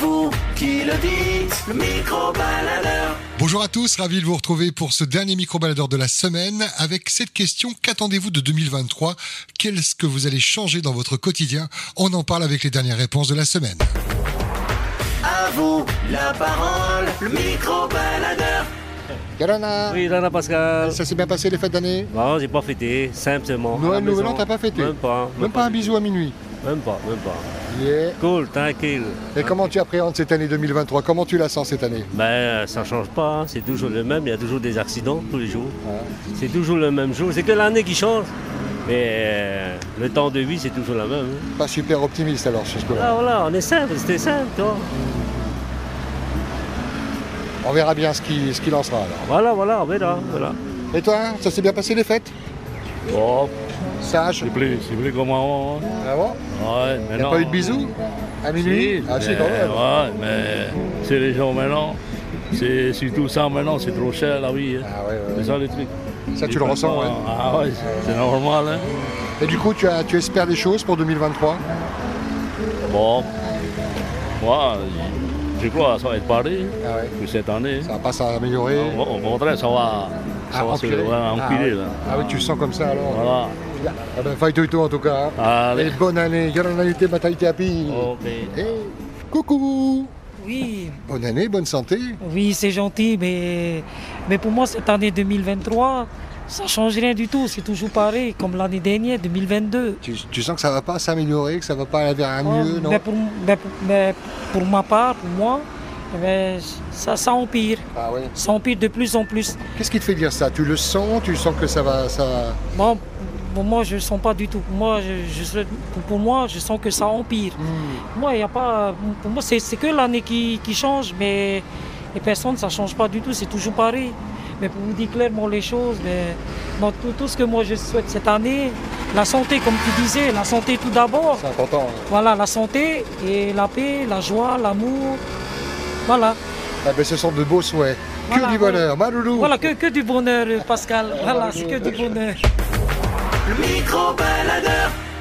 vous qui le dites, le micro-baladeur. Bonjour à tous, ravi de vous retrouver pour ce dernier micro-baladeur de la semaine avec cette question qu'attendez-vous de 2023 Qu'est-ce que vous allez changer dans votre quotidien On en parle avec les dernières réponses de la semaine. À vous la parole, le micro-baladeur. Galana Oui, Dana Pascal. Ça s'est bien passé les fêtes d'année Non, j'ai pas fêté, simplement. à la Noël, Nouvel maison. An, t'as pas fêté Même pas. Même pas un bisou à minuit Même pas, même pas. Yeah. Cool, tranquille. Et comment tu appréhendes cette année 2023 Comment tu la sens cette année Ben, euh, ça change pas, hein, c'est toujours le même, il y a toujours des accidents tous les jours. C'est toujours le même jour, c'est que l'année qui change. Mais euh, le temps de vie, c'est toujours la même. hein. Pas super optimiste alors sur ce coup-là. Ah voilà, on est simple, c'était simple, toi. On verra bien ce qu'il ce qu'il en sera alors. Voilà, voilà, on verra, voilà. Et toi, hein, ça s'est bien passé les fêtes Oh, Sage c'est plus, c'est plus comme avant. hein. Ah bon Ouais, Il n'y a maintenant. pas eu de bisous À minuit Si, Ah si, mais- quand même. Ouais, mais c'est les gens maintenant. C'est surtout ça maintenant, c'est trop cher la vie. hein. Ah ouais, ouais, ouais. C'est ça le truc. Ça, tu le ressens, ouais. Ah ouais, c'est- c'est normal. hein. Et du coup, tu, as, tu espères des choses pour 2023 Bon, moi, je crois que ça va être pareil Ah ouais. pour cette année. Ça va pas s'améliorer Au au contraire, ça va, ça Ah, va se empirer. ouais, empirer, ah, ouais. là. Ah oui, tu sens comme ça alors Voilà. Ah, Ah ben, fight to en tout cas. hein. Allez. Et bonne année, grande année, matalité happy. Ok. Et coucou Oui, Bonne année, bonne santé. oui, c'est gentil, mais, mais pour moi, cette année 2023, ça change rien du tout. C'est toujours pareil, comme l'année dernière, 2022. Tu, tu sens que ça va pas s'améliorer, que ça va pas aller vers un Oh, mieux, non mais, pour, mais pour- mais pour ma part, pour moi, eh ben, ça, ça empire. Ah ouais. Ça empire de plus en plus. Qu'est-ce qui te fait dire ça Tu le sens Tu sens que ça va, ça va- Moi, pour moi, je ne sens pas du tout. Pour moi, je, je sais- pour, pour moi, je sens que ça empire. Pour moi, il y a pas, pour moi c'est c'est que l'année qui, qui change, mais les personnes, ça ne change pas du tout. C'est toujours pareil. Mais pour vous dire clairement les choses, mais dans tout, tout ce que moi je souhaite cette année, la santé, comme tu disais, la santé tout d'abord. C'est important. hein. Voilà, la santé et la paix, la joie, l'amour. Voilà. Ah ben, ce sont de beaux souhaits. Voilà, que du bonheur, ma loulou. Voilà, que, que du bonheur, Pascal. Voilà, c'est que du bonheur. Le micro-baladeur.